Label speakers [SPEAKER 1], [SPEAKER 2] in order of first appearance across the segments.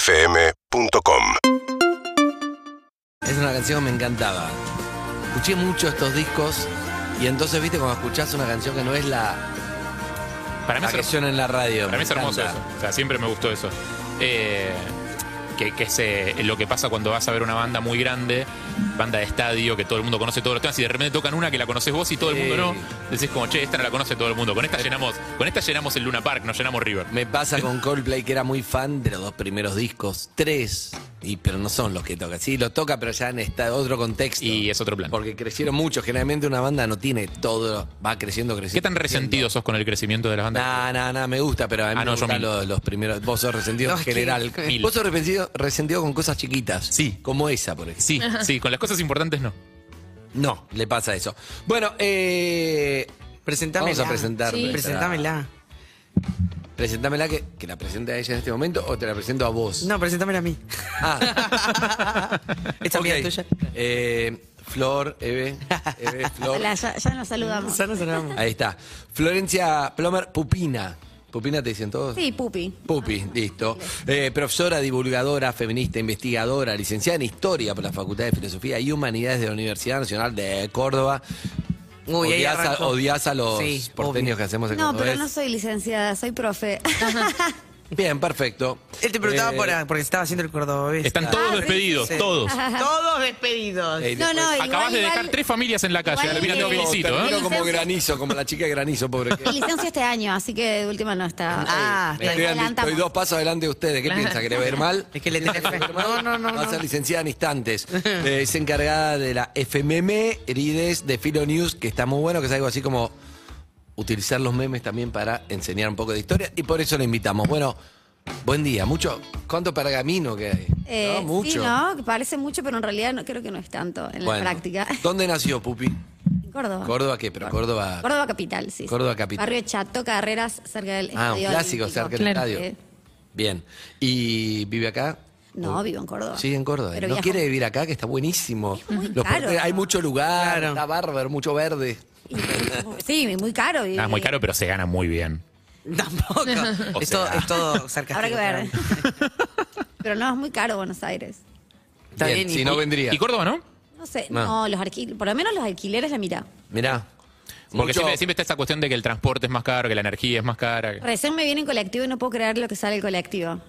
[SPEAKER 1] UrbanaPlayFM.com
[SPEAKER 2] Es una canción que me encantaba. Escuché mucho estos discos y entonces, viste, cuando escuchás una canción que no es la,
[SPEAKER 3] Para mí,
[SPEAKER 2] la
[SPEAKER 3] es,
[SPEAKER 2] que
[SPEAKER 3] her-
[SPEAKER 2] suena en la radio.
[SPEAKER 3] para mí
[SPEAKER 2] me
[SPEAKER 3] es hermoso
[SPEAKER 2] encanta.
[SPEAKER 3] eso. O sea, siempre me gustó eso. Eh, que que es eh, lo que pasa cuando vas a ver una banda muy grande, banda de estadio, que todo el mundo conoce todos los temas, y de repente tocan una que la conoces vos y todo el mundo
[SPEAKER 2] Sí.
[SPEAKER 3] no. Decís como, che, esta no la conoce todo el mundo. Con esta llenamos, con esta llenamos el Luna Park, no llenamos River.
[SPEAKER 2] Me pasa con Coldplay que era muy fan de los dos primeros discos, tres, y pero no son los que toca. Sí, los toca, pero ya en esta- otro contexto.
[SPEAKER 3] Y es otro plan.
[SPEAKER 2] Porque crecieron mucho. Generalmente una banda no tiene todo, va creciendo, creciendo.
[SPEAKER 3] ¿Qué tan resentido sos con el crecimiento de las bandas?
[SPEAKER 2] Nah, nah, nah, me gusta, pero a mí
[SPEAKER 3] Ah,
[SPEAKER 2] me
[SPEAKER 3] no, yo
[SPEAKER 2] gustan
[SPEAKER 3] mil.
[SPEAKER 2] los, los primeros. Vos sos resentido en
[SPEAKER 4] Los
[SPEAKER 2] general.
[SPEAKER 4] que-
[SPEAKER 3] Mil.
[SPEAKER 2] Vos sos resentido, resentido con cosas chiquitas.
[SPEAKER 3] Sí.
[SPEAKER 2] Como esa, por ejemplo.
[SPEAKER 3] Sí, sí, con las cosas importantes no.
[SPEAKER 2] No, le pasa eso. Bueno, eh,
[SPEAKER 4] Presentámela.
[SPEAKER 2] Vamos a presentar
[SPEAKER 5] Sí.
[SPEAKER 2] nuestra-
[SPEAKER 4] Presentámela.
[SPEAKER 2] presentámela que, que la presenta ella en este momento o te la presento a vos.
[SPEAKER 4] No, presentámela a mí.
[SPEAKER 2] Ah.
[SPEAKER 4] Esta
[SPEAKER 2] Ok.
[SPEAKER 4] amiga tuya.
[SPEAKER 2] Eh, Flor, Eve, Eve, Flor.
[SPEAKER 5] Hola, ya, ya nos saludamos.
[SPEAKER 4] Ya nos saludamos.
[SPEAKER 2] Ahí está. Florencia Plomer, Pupina. ¿Pupina te dicen todos?
[SPEAKER 5] Sí, Pupi.
[SPEAKER 2] Pupi, listo. Eh, profesora, divulgadora, feminista, investigadora, licenciada en Historia por la Facultad de Filosofía y Humanidades de la Universidad Nacional de Córdoba.
[SPEAKER 4] Uy, ahí
[SPEAKER 2] odiás, a,
[SPEAKER 4] arrancó.
[SPEAKER 2] odiás a los
[SPEAKER 4] Sí,
[SPEAKER 2] porteños
[SPEAKER 4] obvio.
[SPEAKER 2] que hacemos el
[SPEAKER 5] No, pero
[SPEAKER 2] cordobés.
[SPEAKER 5] no soy licenciada, soy profe.
[SPEAKER 2] Bien, perfecto.
[SPEAKER 4] Él te preguntaba
[SPEAKER 2] Eh,
[SPEAKER 4] por, ah, porque estaba haciendo el cordobés.
[SPEAKER 3] Están todos despedidos,
[SPEAKER 4] sí.
[SPEAKER 3] todos.
[SPEAKER 4] Todos despedidos.
[SPEAKER 2] eh,
[SPEAKER 5] No, no,
[SPEAKER 3] Acabas
[SPEAKER 5] igual,
[SPEAKER 3] de dejar
[SPEAKER 5] igual,
[SPEAKER 3] tres familias en la calle.
[SPEAKER 5] igual
[SPEAKER 3] Mira, te
[SPEAKER 5] que-
[SPEAKER 3] felicito,
[SPEAKER 2] termino
[SPEAKER 3] ¿eh?
[SPEAKER 5] ¿eh?
[SPEAKER 2] como granizo, como la chica de granizo, pobre. Eh,
[SPEAKER 5] mi licencio este año, así que de última no está.
[SPEAKER 4] Ah,
[SPEAKER 2] Me estoy,
[SPEAKER 5] adelantamos.
[SPEAKER 2] estoy dos pasos adelante de ustedes. ¿Qué piensa? ¿Que le va a ir mal?
[SPEAKER 4] Es que le tenés fe. No, no, no.
[SPEAKER 2] Va a
[SPEAKER 4] no.
[SPEAKER 2] ser licenciada en instantes. Eh, es encargada de la FMM Herides de Filo News, que está muy bueno, que es algo así como utilizar los memes también para enseñar un poco de historia. Y por eso la invitamos. Bueno, buen día. Mucho, ¿Cuánto pergamino que hay?
[SPEAKER 5] Eh,
[SPEAKER 2] No,
[SPEAKER 5] Sí, ¿no? Que parece mucho, pero en realidad no, creo que no es tanto en
[SPEAKER 2] Bueno,
[SPEAKER 5] la práctica.
[SPEAKER 2] ¿Dónde nació Pupi?
[SPEAKER 5] Córdoba.
[SPEAKER 2] ¿Córdoba qué? Pero Córdoba.
[SPEAKER 5] Córdoba capital, sí, sí.
[SPEAKER 2] Córdoba capital.
[SPEAKER 5] Barrio Chato, Carreras, cerca del
[SPEAKER 2] Ah, un
[SPEAKER 5] estadio
[SPEAKER 2] clásico
[SPEAKER 5] olímpico.
[SPEAKER 2] cerca del
[SPEAKER 6] Claro.
[SPEAKER 2] estadio.
[SPEAKER 5] Eh,
[SPEAKER 2] Bien. ¿Y vive acá?
[SPEAKER 5] no, vivo en Córdoba.
[SPEAKER 2] Sí, en Córdoba.
[SPEAKER 5] Oh. Pero
[SPEAKER 2] no
[SPEAKER 5] viajo.
[SPEAKER 2] quiere vivir acá, que está buenísimo.
[SPEAKER 5] muy
[SPEAKER 2] Los
[SPEAKER 5] caro.
[SPEAKER 2] porteros- hay mucho lugar,
[SPEAKER 4] Claro.
[SPEAKER 2] está bárbaro, mucho verde.
[SPEAKER 5] Sí, muy caro.
[SPEAKER 3] Ah, es muy caro, pero se gana muy bien.
[SPEAKER 4] Tampoco.
[SPEAKER 3] O
[SPEAKER 4] es, todo,
[SPEAKER 3] sea.
[SPEAKER 4] es todo sarcástico.
[SPEAKER 5] Habrá que ver.
[SPEAKER 4] claro.
[SPEAKER 5] pero no, es muy caro Buenos Aires.
[SPEAKER 4] Está bien,
[SPEAKER 2] si
[SPEAKER 4] y-
[SPEAKER 2] no vendría.
[SPEAKER 3] ¿Y Córdoba no?
[SPEAKER 5] No sé,
[SPEAKER 2] No.
[SPEAKER 5] no, los alquileres, por lo menos los alquileres la mirá.
[SPEAKER 2] Mirá.
[SPEAKER 3] Porque
[SPEAKER 2] Mucho-
[SPEAKER 3] siempre, siempre está esta cuestión de que el transporte es más caro, que la energía es más cara.
[SPEAKER 5] Recién me viene en colectivo y no puedo creer lo que sale el colectivo.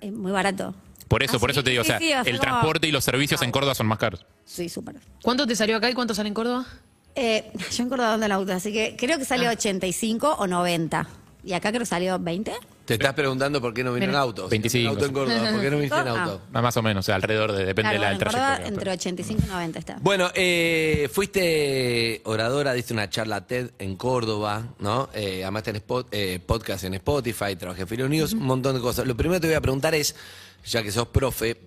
[SPEAKER 5] Es muy barato.
[SPEAKER 3] Por eso,
[SPEAKER 5] Ah,
[SPEAKER 3] por
[SPEAKER 5] sí,
[SPEAKER 3] eso te digo, o
[SPEAKER 5] sí,
[SPEAKER 3] sea,
[SPEAKER 5] sí, o sea,
[SPEAKER 3] el
[SPEAKER 5] no.
[SPEAKER 3] transporte y los servicios en Córdoba son más caros.
[SPEAKER 5] Sí, súper.
[SPEAKER 6] ¿Cuánto te salió acá y cuánto sale en Córdoba?
[SPEAKER 5] Eh, yo en Córdoba ando en auto, así que creo que salió 85 o 90. Y acá creo que salió 20.
[SPEAKER 2] Te estás preguntando por qué no vino en
[SPEAKER 6] Mira.
[SPEAKER 2] auto.
[SPEAKER 3] 25.
[SPEAKER 2] Si vino en auto en Córdoba, ¿por qué no viniste en
[SPEAKER 5] Ah.
[SPEAKER 2] auto?
[SPEAKER 3] Ah, Más o menos, o sea, alrededor de, depende
[SPEAKER 5] claro,
[SPEAKER 3] de la-
[SPEAKER 5] bueno,
[SPEAKER 3] del
[SPEAKER 5] en Córdoba
[SPEAKER 3] trayecto.
[SPEAKER 5] entre 85 y 90 está.
[SPEAKER 2] Bueno, eh, fuiste oradora, diste una charla TED en Córdoba, ¿no? Eh, además tenés pod- eh, podcast en Spotify, trabajé en Filo News, un montón de cosas. Lo primero que te voy a preguntar es, ya que sos profe,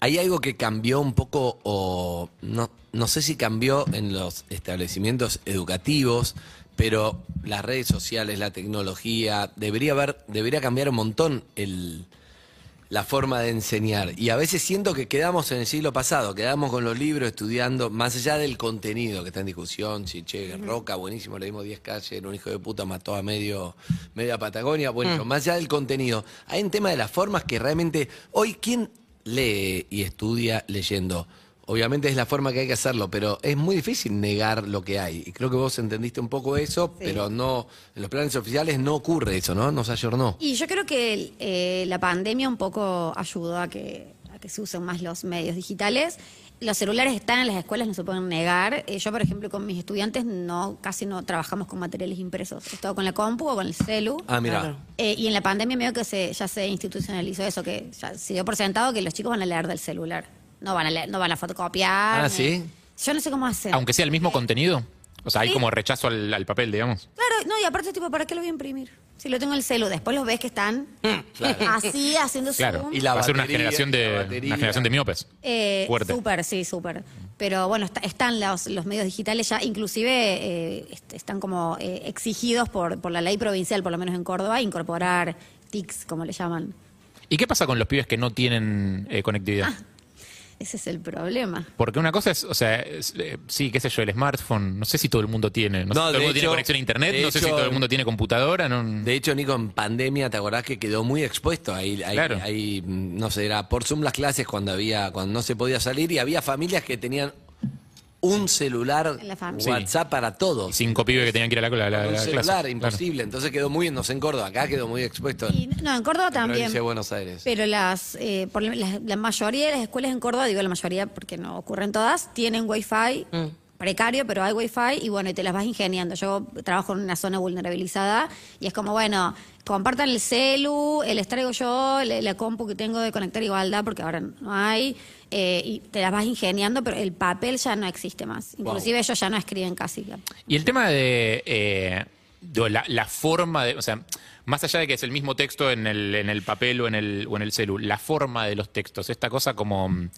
[SPEAKER 2] ¿hay algo que cambió un poco o no, no sé si cambió en los establecimientos educativos? Pero las redes sociales, la tecnología, debería haber, debería cambiar un montón el, la forma de enseñar. Y a veces siento que quedamos en el siglo pasado, quedamos con los libros estudiando, más allá del contenido que está en discusión, si che, Roca, buenísimo, leímos 10 calles, era un hijo de puta mató a medio, media Patagonia, bueno, más allá del contenido, hay un tema de las formas que realmente, hoy, ¿quién lee y estudia leyendo? Obviamente es la forma que hay que hacerlo, pero es muy difícil negar lo que hay. Y creo que vos entendiste un poco eso, pero no, en los planes oficiales no ocurre eso, ¿no? Nos ayornó.
[SPEAKER 5] Y yo creo que eh, la pandemia un poco ayudó a que, a que se usen más los medios digitales. Los celulares están en las escuelas, no se pueden negar. Eh, yo, por ejemplo, con mis estudiantes no casi no trabajamos con materiales impresos. He estado con la compu o con el celu.
[SPEAKER 2] Ah, mira.
[SPEAKER 4] Claro.
[SPEAKER 5] Eh, y en la pandemia medio que se, ya se institucionalizó eso, que ya se dio por sentado que los chicos van a leer del celular. No van a, leer- no van a fotocopiar.
[SPEAKER 2] Ah,
[SPEAKER 5] ni-
[SPEAKER 2] ¿sí?
[SPEAKER 5] Yo no sé cómo hacer.
[SPEAKER 3] Aunque sea el mismo contenido. O sea, hay
[SPEAKER 5] Sí.
[SPEAKER 3] como rechazo al, al papel, digamos.
[SPEAKER 5] Claro, no, y aparte, tipo, ¿para qué lo voy a imprimir? Si lo tengo en el celu, después los ves que están así, haciendo
[SPEAKER 3] Claro.
[SPEAKER 5] zoom.
[SPEAKER 2] Mm, Y la
[SPEAKER 3] Va a ser una
[SPEAKER 2] batería,
[SPEAKER 3] generación
[SPEAKER 2] y la
[SPEAKER 3] de,
[SPEAKER 2] batería.
[SPEAKER 3] una generación de miopes.
[SPEAKER 5] Eh,
[SPEAKER 3] Fuerte.
[SPEAKER 5] Súper, sí, súper. Pero bueno, está- están los, los medios digitales ya, inclusive eh, est- están como eh, exigidos por, por la ley provincial, por lo menos en Córdoba, incorporar TICs, como le llaman. Ah.
[SPEAKER 3] ¿Y qué pasa con los pibes que no tienen eh, conectividad?
[SPEAKER 5] Ese es el problema.
[SPEAKER 3] Porque una cosa es, o sea, es, eh, sí, qué sé yo, el smartphone, no sé si todo el mundo tiene,
[SPEAKER 2] No,
[SPEAKER 3] no, sé si todo el
[SPEAKER 2] de
[SPEAKER 3] mundo tiene
[SPEAKER 2] hecho-
[SPEAKER 3] conexión a internet,
[SPEAKER 2] de
[SPEAKER 3] no sé si
[SPEAKER 2] hecho-
[SPEAKER 3] todo el mundo tiene computadora, no,
[SPEAKER 2] De hecho, Nico, en pandemia, ¿te acordás que quedó muy expuesto? Ahí, ahí,
[SPEAKER 3] Claro.
[SPEAKER 2] ahí, mm, no sé, era por Zoom las clases cuando había, cuando no se podía salir y había familias que tenían un celular,
[SPEAKER 5] En la familia.
[SPEAKER 2] WhatsApp para todos.
[SPEAKER 3] cinco pibes que tenían que ir a la, la, la,
[SPEAKER 2] un
[SPEAKER 3] la
[SPEAKER 2] celular,
[SPEAKER 3] clase.
[SPEAKER 2] imposible. Entonces quedó muy, no sé, en Córdoba, acá quedó muy expuesto.
[SPEAKER 5] Y,
[SPEAKER 2] En,
[SPEAKER 5] no, en Córdoba
[SPEAKER 2] la
[SPEAKER 5] también.
[SPEAKER 2] provincia de Buenos Aires.
[SPEAKER 5] Pero las, eh, por lo- las- la mayoría de las escuelas en Córdoba, digo la mayoría porque no ocurren todas, tienen wifi precario, pero hay wifi y bueno, y te las vas ingeniando. Yo trabajo en una zona vulnerabilizada y es como, bueno, compartan el celu, eh, les traigo yo le- la compu que tengo de conectar igualdad porque ahora no hay, eh, y te las vas ingeniando, pero el papel ya no existe más. Inclusive ellos ya no escriben casi.
[SPEAKER 3] Y el tema de, eh, digo, la, la forma de, o sea, más allá de que es el mismo texto en el, en el papel o en el, o en el celu, la forma de los textos, esta cosa como mm,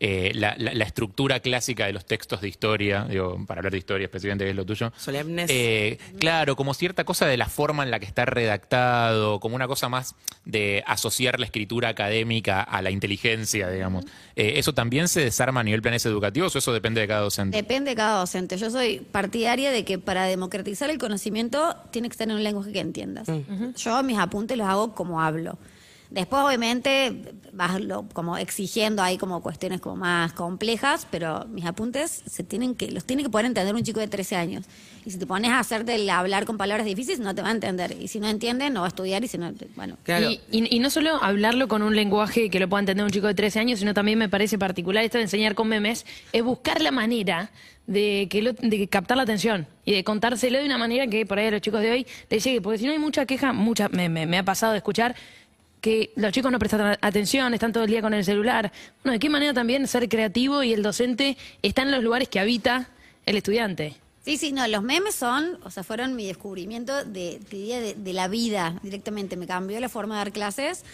[SPEAKER 3] eh, la, la- la estructura clásica de los textos de historia, digo, para hablar de historia específicamente, que es lo tuyo.
[SPEAKER 4] Solemnes.
[SPEAKER 3] Eh, claro, como cierta cosa de la forma en la que está redactado, como una cosa más de asociar la escritura académica a la inteligencia, digamos. Eh, ¿Eso también se desarma a nivel planes educativos o eso depende de cada docente?
[SPEAKER 5] Depende de cada docente. Yo soy partidaria de que para democratizar el conocimiento tiene que estar en un lenguaje que entiendas. Yo mis apuntes los hago como hablo. Después, obviamente, vas lo- como exigiendo ahí como cuestiones como más complejas, pero mis apuntes se tienen que, los tiene que poder entender un chico de 13 años. Y si te pones a hacerte el hablar con palabras difíciles, no te va a entender. Y si no entiende, no va a estudiar y si no, bueno.
[SPEAKER 4] Claro.
[SPEAKER 6] Y, y- y no solo hablarlo con un lenguaje que lo pueda entender un chico de 13 años, sino también me parece particular esto de enseñar con memes, es buscar la manera de, que lo- de que captar la atención y de contárselo de una manera que por ahí a los chicos de hoy les llegue. Porque si no hay mucha queja, mucha, me, me- me ha pasado de escuchar que los chicos no prestan a- atención, están todo el día con el celular. Bueno, ¿de qué manera también ser creativo y el docente está en los lugares que habita el estudiante?
[SPEAKER 5] Sí, sí, no, los memes son, o sea, fueron mi descubrimiento de, te diría de, de la vida directamente. Me cambió la forma de dar clases.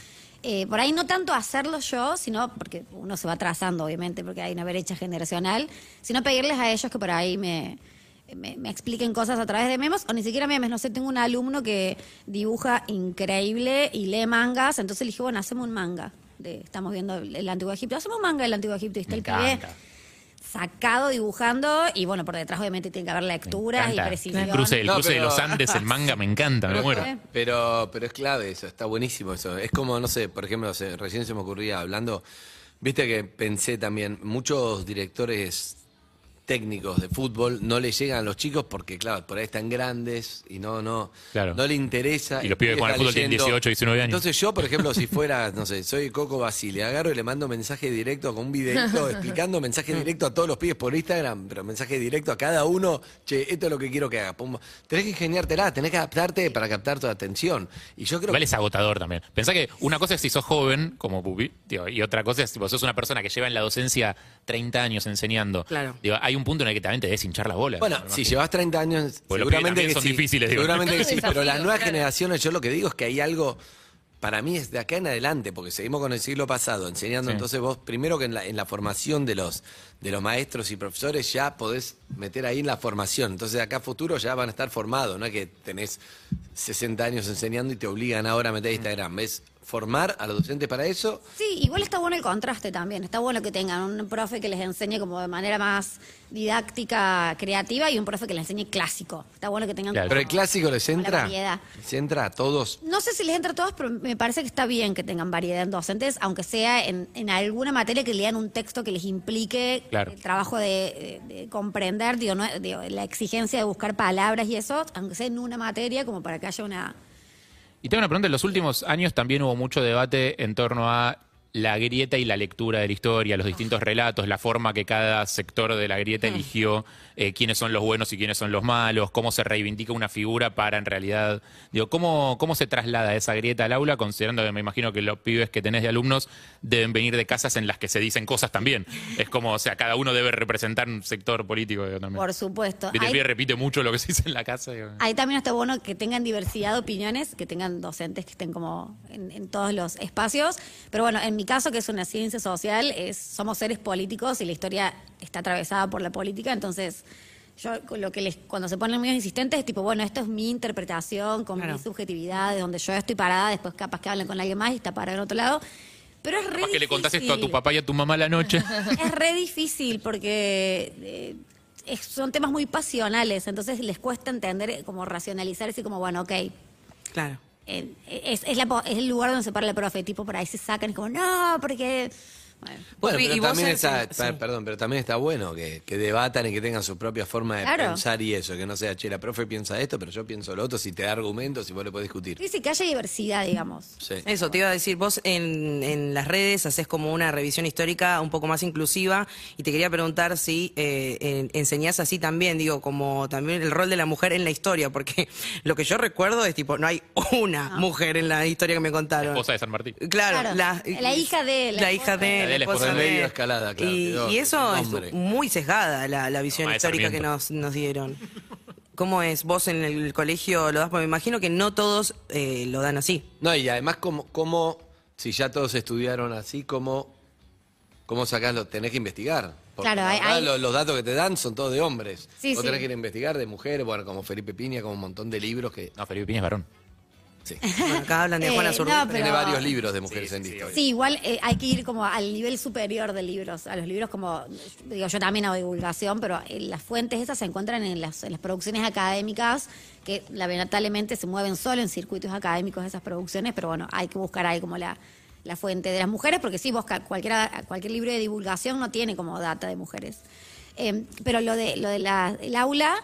[SPEAKER 5] Eh, por ahí no tanto hacerlo yo, sino, porque uno se va atrasando, obviamente, porque hay una brecha generacional, sino pedirles a ellos que por ahí me, me, me expliquen cosas a través de memes, o ni siquiera memes, no sé, tengo un alumno que dibuja increíble y lee mangas, entonces le dije, bueno, hacemos un manga. de- estamos viendo el, el Antiguo Egipto, hacemos un manga del Antiguo Egipto, y está
[SPEAKER 3] Me
[SPEAKER 5] el pibe
[SPEAKER 3] encanta.
[SPEAKER 5] sacado dibujando y bueno, por detrás obviamente tiene que haber lecturas y
[SPEAKER 3] Encanta.
[SPEAKER 5] precisión.
[SPEAKER 3] El cruce, el
[SPEAKER 2] No,
[SPEAKER 3] cruce
[SPEAKER 2] pero-
[SPEAKER 3] de los Andes en manga me encanta, me muero.
[SPEAKER 5] eh.
[SPEAKER 2] Pero, pero es clave eso, está buenísimo eso. Es como, no sé, por ejemplo, se- recién se me ocurría hablando, viste que pensé también, muchos directores técnicos de fútbol no le llegan a los chicos porque, claro, por ahí están grandes y no, no,
[SPEAKER 3] Claro.
[SPEAKER 2] no le interesa.
[SPEAKER 3] Y
[SPEAKER 2] el
[SPEAKER 3] los pibes
[SPEAKER 2] pibe
[SPEAKER 3] con el
[SPEAKER 2] está
[SPEAKER 3] fútbol tienen
[SPEAKER 2] leyendo.
[SPEAKER 3] 18, 19 años.
[SPEAKER 2] Entonces yo, por ejemplo, si fuera, no sé, soy Coco Basile, agarro y le mando mensaje directo con un videito explicando mensaje directo a todos los pibes por Instagram, pero mensaje directo a cada uno, che, esto es lo que quiero que haga. Pum. Tenés que ingeniártela, tenés que adaptarte para captar tu atención. Y yo creo
[SPEAKER 3] Igual
[SPEAKER 2] que
[SPEAKER 3] es agotador también. Pensá que una cosa es si sos joven, como Pupi, digo, y otra cosa es si vos sos una persona que lleva en la docencia 30 años enseñando.
[SPEAKER 4] Claro.
[SPEAKER 3] Digo, hay un punto en el que también te debes hinchar la bola.
[SPEAKER 2] Bueno,
[SPEAKER 3] Me
[SPEAKER 2] si
[SPEAKER 3] imagino.
[SPEAKER 2] llevas 30 años,
[SPEAKER 3] Porque los pibes
[SPEAKER 2] seguramente
[SPEAKER 3] también
[SPEAKER 2] que
[SPEAKER 3] son
[SPEAKER 2] sí.
[SPEAKER 3] difíciles, digo.
[SPEAKER 2] seguramente que
[SPEAKER 6] Tantos
[SPEAKER 2] sí, pero
[SPEAKER 6] desafíos,
[SPEAKER 2] las nuevas
[SPEAKER 6] claro.
[SPEAKER 2] generaciones, yo lo que digo es que hay algo, para mí es de acá en adelante, porque seguimos con el siglo pasado enseñando, entonces vos primero que en la, en la formación de los, de los maestros y profesores ya podés meter ahí en la formación, entonces de acá a futuro ya van a estar formados, no es que tenés 60 años enseñando y te obligan ahora a meter
[SPEAKER 3] Mm.
[SPEAKER 2] Instagram, ¿ves? Formar a los docentes para eso
[SPEAKER 5] Sí, igual está bueno el contraste también. Está bueno que tengan un profe que les enseñe como de manera más didáctica, creativa y un profe que les enseñe clásico. Está bueno que tengan
[SPEAKER 3] Claro.
[SPEAKER 2] Pero el
[SPEAKER 5] como-
[SPEAKER 2] clásico les
[SPEAKER 5] Con la
[SPEAKER 2] entra.
[SPEAKER 5] variedad.
[SPEAKER 2] Les entra a todos.
[SPEAKER 5] No sé si les entra a todos, pero me parece que está bien que tengan variedad en docentes, aunque sea en, en alguna materia que lean un texto que les implique
[SPEAKER 3] Claro.
[SPEAKER 5] el trabajo de, de- de comprender, digo, no- digo, la exigencia de buscar palabras y eso, aunque sea en una materia, como para que haya una...
[SPEAKER 3] Y tengo una pregunta, en los últimos años también hubo mucho debate en torno a la grieta y la lectura de la historia, los distintos relatos, la forma que cada sector de la grieta eligió, eh, quiénes son los buenos y quiénes son los malos, cómo se reivindica una figura para en realidad, digo, cómo, cómo se traslada esa grieta al aula, considerando que me imagino que los pibes que tenés de alumnos deben venir de casas en las que se dicen cosas también. Es como, o sea, cada uno debe representar un sector político. digo, también.
[SPEAKER 5] Por supuesto.
[SPEAKER 3] Viste, el
[SPEAKER 5] Hay-
[SPEAKER 3] pibe repite mucho lo que se dice en la casa. digo.
[SPEAKER 5] Ahí también está bueno que tengan diversidad de opiniones, que tengan docentes que estén como en, en todos los espacios. Pero bueno, en mi caso, que es una ciencia social, es, somos seres políticos y la historia está atravesada por la política, entonces... Yo con lo que les, cuando se ponen medio insistentes es tipo, bueno, esto es mi interpretación, con
[SPEAKER 4] Claro.
[SPEAKER 5] mi subjetividad, de donde yo estoy parada, después capaz que hablan con alguien más y está parada en otro lado. Pero es re
[SPEAKER 3] Capaz que le contás esto a tu
[SPEAKER 5] difícil.
[SPEAKER 3] papá y a tu mamá a la noche.
[SPEAKER 5] Es re difícil porque eh, es- son temas muy pasionales, entonces les cuesta entender, eh, como racionalizarse, como, bueno, ok, eh,
[SPEAKER 4] Claro.
[SPEAKER 5] es, es la po- es el lugar donde se para la profe, tipo, por ahí se sacan, es como, no, porque... Bueno,
[SPEAKER 2] Bueno,
[SPEAKER 4] Y-
[SPEAKER 2] pero
[SPEAKER 4] y vos
[SPEAKER 2] también,
[SPEAKER 4] eres-
[SPEAKER 2] está,
[SPEAKER 4] sí.
[SPEAKER 2] pa- perdón, pero también está bueno que, que debatan y que tengan su propia forma de
[SPEAKER 5] Claro.
[SPEAKER 2] pensar y eso, que no sea, che, la profe piensa esto, pero yo pienso lo otro, si te da argumentos y vos le podés discutir.
[SPEAKER 5] dice que haya diversidad, digamos.
[SPEAKER 2] Sí.
[SPEAKER 4] Eso te iba a decir, vos en, en las redes haces como una revisión histórica un poco más inclusiva y te quería preguntar si eh, en- enseñás así también, digo, como también el rol de la mujer en la historia, porque lo que yo recuerdo es tipo, no hay una mujer en la historia que me contaron.
[SPEAKER 3] Esposa de San Martín.
[SPEAKER 4] Claro,
[SPEAKER 5] Ah. Claro, la hija de,
[SPEAKER 4] La,
[SPEAKER 5] la
[SPEAKER 4] hija
[SPEAKER 5] esposa
[SPEAKER 4] de,
[SPEAKER 5] de-
[SPEAKER 3] La de la esposa
[SPEAKER 2] de- Medio escalada, claro,
[SPEAKER 4] Y,
[SPEAKER 2] quedó,
[SPEAKER 4] y eso es
[SPEAKER 2] nombre.
[SPEAKER 4] muy sesgada la, la visión
[SPEAKER 3] Mamá de
[SPEAKER 4] histórica que
[SPEAKER 3] Sarmiento.
[SPEAKER 4] nos, nos dieron. ¿Cómo es? ¿Vos en el colegio lo das? Porque me imagino que no todos eh, lo dan así.
[SPEAKER 2] No, y además, como, como si ya todos estudiaron así, ¿cómo, cómo sacás lo? Tenés que investigar. Porque
[SPEAKER 5] Claro,
[SPEAKER 2] la
[SPEAKER 5] hay-
[SPEAKER 2] verdad,
[SPEAKER 5] hay-
[SPEAKER 2] lo- Los, datos que te dan son todos de hombres.
[SPEAKER 5] Sí,
[SPEAKER 2] Vos
[SPEAKER 5] sí.
[SPEAKER 2] tenés que ir a investigar de mujeres, bueno, como Felipe Piña, como un montón de libros que.
[SPEAKER 3] No, Felipe Piña es varón.
[SPEAKER 2] Sí.
[SPEAKER 4] Bueno, acá hablan de
[SPEAKER 5] Eh,
[SPEAKER 4] Juana
[SPEAKER 5] no,
[SPEAKER 4] Zurduy, pero-
[SPEAKER 2] Tiene
[SPEAKER 5] Pero-
[SPEAKER 2] varios libros de mujeres en la historia.
[SPEAKER 5] Sí, igual eh, hay que ir como al nivel superior de libros, a los libros como, digo, yo también hago divulgación, pero eh, las fuentes esas se encuentran en las, en las producciones académicas, que lamentablemente se mueven solo en circuitos académicos esas producciones, pero bueno, hay que buscar ahí como la, la fuente de las mujeres, porque sí, vos ca- cualquiera, cualquier libro de divulgación no tiene como data de mujeres. Eh, pero lo de lo de la- el aula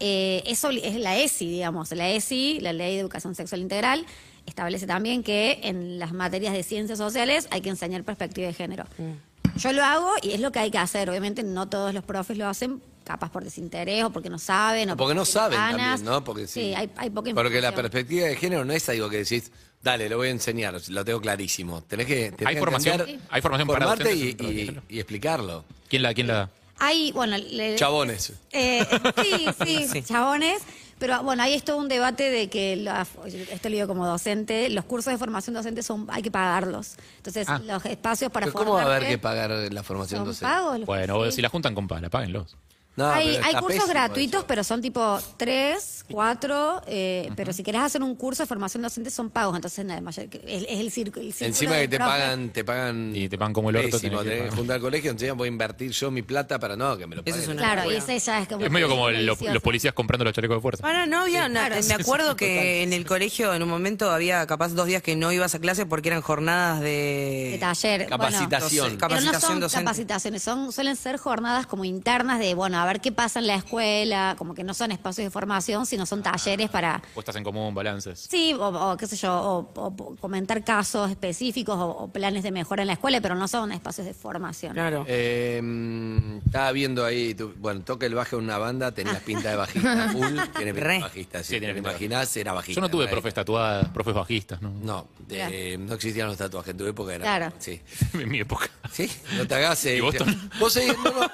[SPEAKER 5] eh, es, obli- es la ESI, digamos. La ESI, la Ley de Educación Sexual Integral, establece también que en las materias de ciencias sociales hay que enseñar perspectiva de género.
[SPEAKER 2] Mm.
[SPEAKER 5] Yo lo hago y es lo que hay que hacer. Obviamente no todos los profes lo hacen, capaz por desinterés o porque no saben. O
[SPEAKER 2] Porque no saben
[SPEAKER 5] ganas.
[SPEAKER 2] también, ¿no? Porque sí.
[SPEAKER 5] hay, hay poca
[SPEAKER 2] Porque la
[SPEAKER 5] información.
[SPEAKER 2] perspectiva de género no es algo que decís, dale, lo voy a enseñar, lo tengo clarísimo. Tenés que. tenés
[SPEAKER 3] Hay
[SPEAKER 2] que
[SPEAKER 3] formación-
[SPEAKER 2] entender,
[SPEAKER 3] Sí. hay formación para
[SPEAKER 2] formarte y,
[SPEAKER 3] docentes en
[SPEAKER 2] y-
[SPEAKER 3] género.
[SPEAKER 2] y explicarlo.
[SPEAKER 3] ¿Quién la, quién la da?
[SPEAKER 5] Hay, bueno, le-
[SPEAKER 2] Chabones.
[SPEAKER 5] Eh, sí, sí,
[SPEAKER 4] Sí.
[SPEAKER 5] chabones. Pero bueno, ahí es todo un debate de que, la- esto lo digo como docente, los cursos de formación docente son hay que pagarlos. Entonces,
[SPEAKER 3] Ah.
[SPEAKER 5] los espacios para
[SPEAKER 2] Pero ¿Cómo va a haber
[SPEAKER 5] formarte
[SPEAKER 2] que pagar la formación
[SPEAKER 5] son
[SPEAKER 2] docente?
[SPEAKER 5] pagos. los-
[SPEAKER 3] Bueno,
[SPEAKER 5] sí.
[SPEAKER 3] si la juntan con pala, páguenlos.
[SPEAKER 2] No,
[SPEAKER 5] hay
[SPEAKER 2] pero
[SPEAKER 5] hay
[SPEAKER 2] está
[SPEAKER 5] cursos
[SPEAKER 2] pésimo
[SPEAKER 5] gratuitos,
[SPEAKER 2] eso.
[SPEAKER 5] pero son tipo tres, cuatro, eh, pero si querés hacer un curso de formación docente son pagos, entonces nada, mayor, que- es, es el círculo. el círculo
[SPEAKER 2] Encima
[SPEAKER 5] del
[SPEAKER 2] que te
[SPEAKER 5] profe.
[SPEAKER 2] pagan, te pagan.
[SPEAKER 3] Y te pagan como el orto,
[SPEAKER 2] pésimo,
[SPEAKER 3] tenés que
[SPEAKER 2] tenés que
[SPEAKER 3] pagar.
[SPEAKER 2] juntar al colegio, enseguida voy a invertir yo mi plata para no, que me lo
[SPEAKER 4] Eso
[SPEAKER 2] paguen.
[SPEAKER 4] es una-
[SPEAKER 5] Claro, y ese ya es como.
[SPEAKER 3] Es medio como lo-
[SPEAKER 5] delicioso.
[SPEAKER 3] los policías comprando los chalecos de fuerza.
[SPEAKER 4] Ahora no había na- Me acuerdo que en el colegio en un momento había capaz dos días que no ibas a clase porque eran jornadas de...
[SPEAKER 5] De taller. bueno.
[SPEAKER 2] Capacitación.
[SPEAKER 4] Entonces,
[SPEAKER 5] Pero no
[SPEAKER 4] Capacitación
[SPEAKER 5] son
[SPEAKER 4] docente.
[SPEAKER 5] capacitaciones, son, suelen ser jornadas como internas de, bueno, a ver qué pasa en la escuela, como que no son espacios de formación, sino son talleres para,
[SPEAKER 3] Puestas en común, balances.
[SPEAKER 5] sí, o, o qué sé yo, o, o po- comentar casos específicos o, o planes de mejora en la escuela, pero no son espacios de formación.
[SPEAKER 4] Claro.
[SPEAKER 2] Eh, mm, estaba viendo ahí, tu- bueno, toca el bajo en una banda, tenías pinta de bajista full, tiene pinta de
[SPEAKER 4] Re.
[SPEAKER 2] bajista, si
[SPEAKER 3] Sí, tiene
[SPEAKER 2] te
[SPEAKER 3] pinta de
[SPEAKER 2] imaginás, era bajista.
[SPEAKER 3] Yo no tuve
[SPEAKER 2] era
[SPEAKER 3] profes tatuadas, profes bajistas, ¿no?
[SPEAKER 2] No, eh, no existían los tatuajes, en tu época era.
[SPEAKER 5] Claro.
[SPEAKER 2] Sí.
[SPEAKER 3] en mi época.
[SPEAKER 2] Sí, no te hagas. eh,
[SPEAKER 3] ¿Y vos,
[SPEAKER 2] te-
[SPEAKER 3] Tom?
[SPEAKER 2] vos seguís- no, no.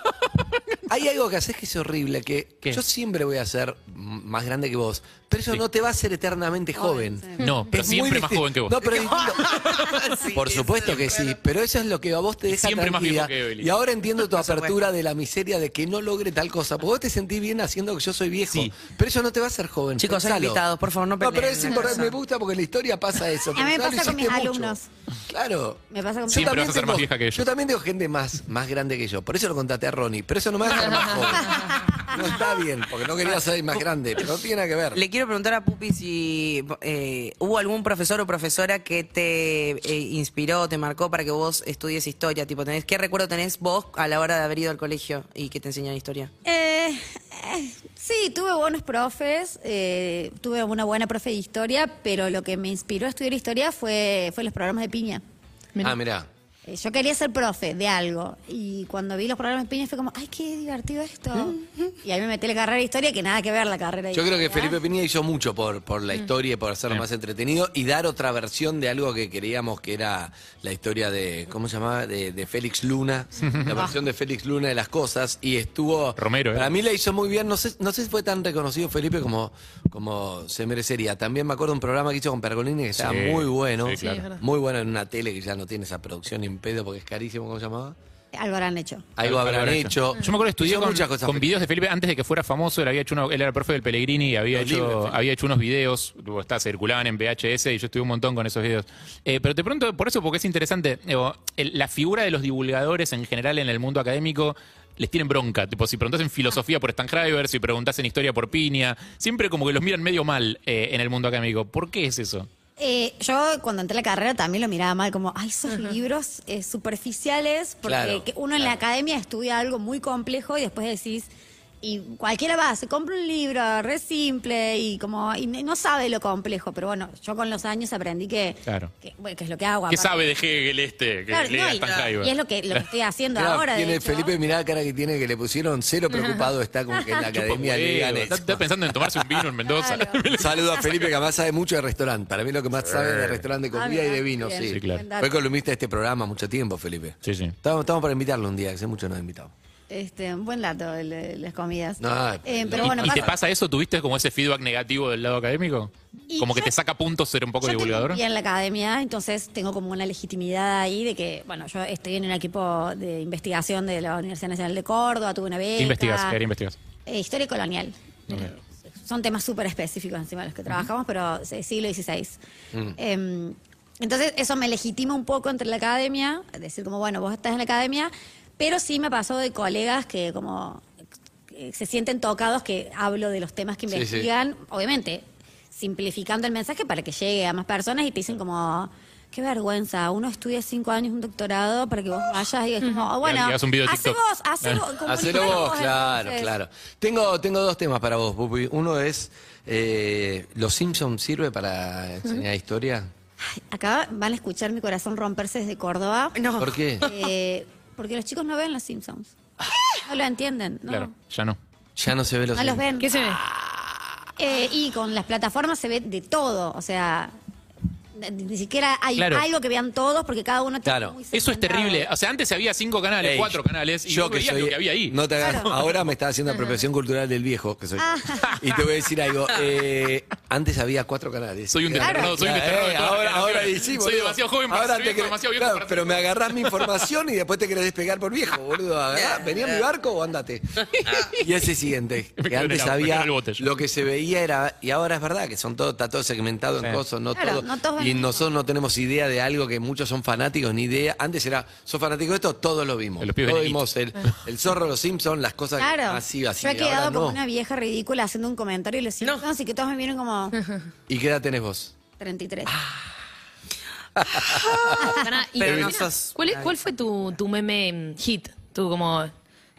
[SPEAKER 2] Hay algo que haces que es horrible, que
[SPEAKER 3] ¿Qué?
[SPEAKER 2] yo siempre voy a ser m- más grande que vos, pero eso no te va a hacer eternamente joven.
[SPEAKER 3] No, pero
[SPEAKER 2] Es muy
[SPEAKER 3] siempre más
[SPEAKER 2] disti-
[SPEAKER 3] joven que vos.
[SPEAKER 2] No, pero es distinto.
[SPEAKER 4] Sí,
[SPEAKER 2] Por
[SPEAKER 4] eso
[SPEAKER 2] supuesto que sí, pero eso es lo que a vos te
[SPEAKER 3] Y
[SPEAKER 2] deja
[SPEAKER 3] siempre más
[SPEAKER 2] tranquila.
[SPEAKER 3] viejo que Evelyn.
[SPEAKER 2] y ahora entiendo tu
[SPEAKER 4] supuesto.
[SPEAKER 2] apertura de la miseria de que no logre tal cosa, porque vos te sentís bien haciendo que yo soy viejo,
[SPEAKER 3] Sí.
[SPEAKER 2] pero eso no te va a hacer joven.
[SPEAKER 4] Chicos, son
[SPEAKER 2] pensalo.
[SPEAKER 4] invitados, por favor, no
[SPEAKER 2] No, pero
[SPEAKER 4] peleen
[SPEAKER 2] es
[SPEAKER 4] una
[SPEAKER 2] importante, me
[SPEAKER 4] cosa.
[SPEAKER 2] gusta porque en la historia pasa eso.
[SPEAKER 5] mí me
[SPEAKER 2] pensalo,
[SPEAKER 5] pasa con mis
[SPEAKER 2] hiciste mucho.
[SPEAKER 5] alumnos.
[SPEAKER 2] Claro.
[SPEAKER 5] Me pasa con
[SPEAKER 3] Siempre vas a ser
[SPEAKER 2] tengo-
[SPEAKER 3] más vieja que ellos.
[SPEAKER 2] Yo también tengo gente más, más grande que yo. Por eso lo contaté a Ronnie. Pero eso no me va a hacer más joven. No está bien, porque no quería ser más grande. Pero no tiene nada que ver.
[SPEAKER 4] Le quiero preguntar a Pupi si eh, hubo algún profesor o profesora que te eh, inspiró, te marcó para que vos estudies historia. Tipo, tenés, ¿Qué recuerdo tenés vos a la hora de haber ido al colegio y que te enseñan historia?
[SPEAKER 5] Eh, eh, sí, tuve buenos profes, eh, tuve una buena profe de historia, pero lo que me inspiró a estudiar historia fue, fue los programas de piña.
[SPEAKER 6] Mirá.
[SPEAKER 2] Ah, mirá.
[SPEAKER 5] Eh, Yo quería ser profe de algo y cuando vi los programas de Piña fue como, ay, qué divertido esto. Y ahí me metí en la carrera de historia que nada que ver la carrera de
[SPEAKER 2] Yo creo que
[SPEAKER 5] historia.
[SPEAKER 2] Felipe Piña hizo mucho por, por
[SPEAKER 3] Mm.
[SPEAKER 2] la historia y por hacerlo más entretenido y dar otra versión de algo que creíamos que era la historia de, ¿cómo se llamaba? De, de Félix Luna, la versión de Félix Luna de las cosas y estuvo...
[SPEAKER 3] Romero, ¿eh?
[SPEAKER 2] Para mí la hizo muy bien, no sé, no sé si fue tan reconocido Felipe como, como se merecería. También me acuerdo de un programa que hizo con Pergolini que estaba
[SPEAKER 3] Sí,
[SPEAKER 2] muy bueno,
[SPEAKER 3] sí, claro. Sí, es
[SPEAKER 6] verdad.
[SPEAKER 2] muy bueno en una tele que ya no tiene esa producción ni en pedo porque es carísimo, ¿cómo se llamaba?
[SPEAKER 5] Algo habrán hecho.
[SPEAKER 2] Algo habrán
[SPEAKER 3] habrá
[SPEAKER 2] hecho.
[SPEAKER 3] Yo me acuerdo que estudié
[SPEAKER 2] Hizo
[SPEAKER 3] con,
[SPEAKER 2] muchas cosas.
[SPEAKER 3] con videos de Felipe antes de que fuera famoso. Él, había hecho uno- él era profe del Pellegrini y había,
[SPEAKER 2] Los
[SPEAKER 3] hecho,
[SPEAKER 2] libros, Felipe.
[SPEAKER 3] había hecho unos videos. tipo, Está, circulaban en VHS y yo estuve un montón con esos videos. Eh, pero te pronto, por eso, porque es interesante. digo, el- la figura de los divulgadores en general en el mundo académico les tienen bronca. Tipo, si preguntás en filosofía por Stanheimer, si preguntás en historia por Piña, siempre como que los miran medio mal eh, en el mundo académico. ¿Por qué es eso?
[SPEAKER 5] Eh, yo cuando entré a la carrera también lo miraba mal, como, ay, esos libros eh, superficiales, porque
[SPEAKER 2] Claro,
[SPEAKER 5] que uno en la academia estudia algo muy complejo y después decís, y cualquiera va, se compra un libro re simple y como, y no sabe lo complejo, pero bueno, yo con los años aprendí que,
[SPEAKER 3] Claro.
[SPEAKER 5] que, bueno, que es lo que hago.
[SPEAKER 3] ¿Qué
[SPEAKER 5] aparte.
[SPEAKER 3] sabe de Hegel este? Que
[SPEAKER 5] Claro,
[SPEAKER 3] lee
[SPEAKER 5] no,
[SPEAKER 3] a
[SPEAKER 5] y,
[SPEAKER 3] Stanheimer?
[SPEAKER 5] y es lo que, lo que estoy haciendo
[SPEAKER 2] Mirá,
[SPEAKER 5] ahora. de
[SPEAKER 2] tiene
[SPEAKER 5] hecho.
[SPEAKER 2] Felipe, mirá la cara que tiene, que le pusieron cero preocupado, está como que en la
[SPEAKER 3] Chupa
[SPEAKER 2] academia le
[SPEAKER 3] huevo,
[SPEAKER 2] digan eso.
[SPEAKER 3] está, está pensando en tomarse un vino en Mendoza.
[SPEAKER 2] Un Saludo a Felipe, que además sabe mucho de restaurante. Para mí lo que más sabe es de restaurante, de
[SPEAKER 5] Ah,
[SPEAKER 2] comida y
[SPEAKER 5] mirá,
[SPEAKER 2] de vino,
[SPEAKER 5] bien,
[SPEAKER 2] sí.
[SPEAKER 3] Sí, claro.
[SPEAKER 5] buen dato.
[SPEAKER 2] Fue columnista de este programa mucho tiempo, Felipe.
[SPEAKER 3] Sí, sí.
[SPEAKER 2] Estamos, estamos para invitarlo un día, que hace mucho no invitamos.
[SPEAKER 5] Este, buen dato el de las comidas.
[SPEAKER 2] No,
[SPEAKER 5] Eh,
[SPEAKER 2] y-
[SPEAKER 5] pero bueno,
[SPEAKER 3] ¿Y te
[SPEAKER 5] pasa-
[SPEAKER 3] pasa eso? ¿Tuviste como ese feedback negativo del lado académico?
[SPEAKER 5] Y
[SPEAKER 3] como que
[SPEAKER 5] yo-
[SPEAKER 3] te saca puntos ser un poco
[SPEAKER 5] Yo
[SPEAKER 3] divulgador.
[SPEAKER 5] estoy en la academia, entonces tengo como una legitimidad ahí de que, bueno, yo estoy en un equipo de investigación de la Universidad Nacional de Córdoba, tuve una beca.
[SPEAKER 3] ¿Qué investigas? ¿Qué área investigas?
[SPEAKER 5] Eh, historia colonial. Eh, son temas súper específicos encima de los que trabajamos, pero eh, siglo XVI. Em, entonces, eso me legitima un poco entre la academia, es decir, como, bueno, vos estás en la academia, pero sí me pasó de colegas que como eh, se sienten tocados que hablo de los temas que
[SPEAKER 2] Sí, sí.
[SPEAKER 5] investigan, obviamente, simplificando el mensaje para que llegue a más personas y te dicen como... Qué vergüenza, uno estudia cinco años un doctorado para que vos vayas y digas, como, "Ah,
[SPEAKER 3] Y
[SPEAKER 5] bueno,
[SPEAKER 3] hagas un video de
[SPEAKER 5] hace
[SPEAKER 3] TikTok".
[SPEAKER 5] vos, hace vos,
[SPEAKER 2] Hacelo
[SPEAKER 5] comunicalo
[SPEAKER 2] vos,
[SPEAKER 5] vos,
[SPEAKER 2] claro,
[SPEAKER 5] entonces.
[SPEAKER 2] claro. Tengo, tengo dos temas para vos, Pupi. Uno es, eh, ¿Los Simpsons sirve para enseñar historia?
[SPEAKER 5] Acá van a escuchar mi corazón romperse desde Córdoba.
[SPEAKER 4] No.
[SPEAKER 2] ¿Por qué?
[SPEAKER 5] Eh, porque los chicos no ven los Simpsons. No lo entienden. No,
[SPEAKER 3] Claro, ya no.
[SPEAKER 2] Ya no se ve Los
[SPEAKER 5] no los
[SPEAKER 2] Simpsons.
[SPEAKER 5] ven.
[SPEAKER 6] ¿Qué se ve?
[SPEAKER 5] Eh, y con las plataformas se ve de todo. O sea, ni- ni siquiera hay
[SPEAKER 3] Claro.
[SPEAKER 5] algo que vean todos porque cada uno
[SPEAKER 2] Claro.
[SPEAKER 5] tiene muy
[SPEAKER 3] Eso es
[SPEAKER 5] segmentado.
[SPEAKER 3] terrible. O sea, antes había cinco canales,
[SPEAKER 2] Ey,
[SPEAKER 3] cuatro canales, y yo que lo que había ahí.
[SPEAKER 2] No te hagas- Ahora me está haciendo apropiación cultural del viejo, que soy yo.
[SPEAKER 5] Ah.
[SPEAKER 2] Y te voy a decir algo. eh, antes había cuatro canales.
[SPEAKER 3] Soy un
[SPEAKER 2] Claro.
[SPEAKER 3] desterrado, soy un
[SPEAKER 2] Eh,
[SPEAKER 3] desterrado de todas las
[SPEAKER 2] ahora, ahora
[SPEAKER 3] generaciones.
[SPEAKER 2] y sí,
[SPEAKER 3] Soy
[SPEAKER 2] boludo.
[SPEAKER 3] demasiado joven para ser
[SPEAKER 2] te
[SPEAKER 3] viejo,
[SPEAKER 2] querés-
[SPEAKER 3] demasiado viejo
[SPEAKER 2] claro,
[SPEAKER 3] para ser
[SPEAKER 2] pero me agarrás mi información y después te querés despegar por viejo, boludo. Agarrá, Vení a mi barco o andate.
[SPEAKER 5] Ah.
[SPEAKER 2] Y ese siguiente,
[SPEAKER 3] Me
[SPEAKER 2] que
[SPEAKER 3] quedo en
[SPEAKER 2] antes
[SPEAKER 3] el- me quedo en
[SPEAKER 2] había
[SPEAKER 3] el bote yo.
[SPEAKER 2] lo que se veía era, y ahora es verdad que son todo, está todo segmentado en
[SPEAKER 3] Sí.
[SPEAKER 2] cosas, no
[SPEAKER 5] Claro,
[SPEAKER 2] todo.
[SPEAKER 5] no todos
[SPEAKER 2] y
[SPEAKER 5] ven-
[SPEAKER 2] nosotros no tenemos idea de algo que muchos son fanáticos, ni idea. Antes era, sos fanático de esto, todos lo vimos.
[SPEAKER 3] Los pibes
[SPEAKER 2] Todos
[SPEAKER 3] ven It.
[SPEAKER 2] vimos el, el zorro, los Simpsons, las cosas
[SPEAKER 5] Claro.
[SPEAKER 2] así, así.
[SPEAKER 5] Yo he
[SPEAKER 2] ahora
[SPEAKER 5] quedado como
[SPEAKER 2] no.
[SPEAKER 5] una vieja ridícula haciendo un comentario y los Simpsons y que todos me vieron como
[SPEAKER 2] ¿Y qué edad tenés vos? Ah,
[SPEAKER 5] 33.
[SPEAKER 6] Pará, y-
[SPEAKER 4] Pero no sos-
[SPEAKER 6] ¿Cuál, es- cuál fue tu, tu meme mm, hit? Tú como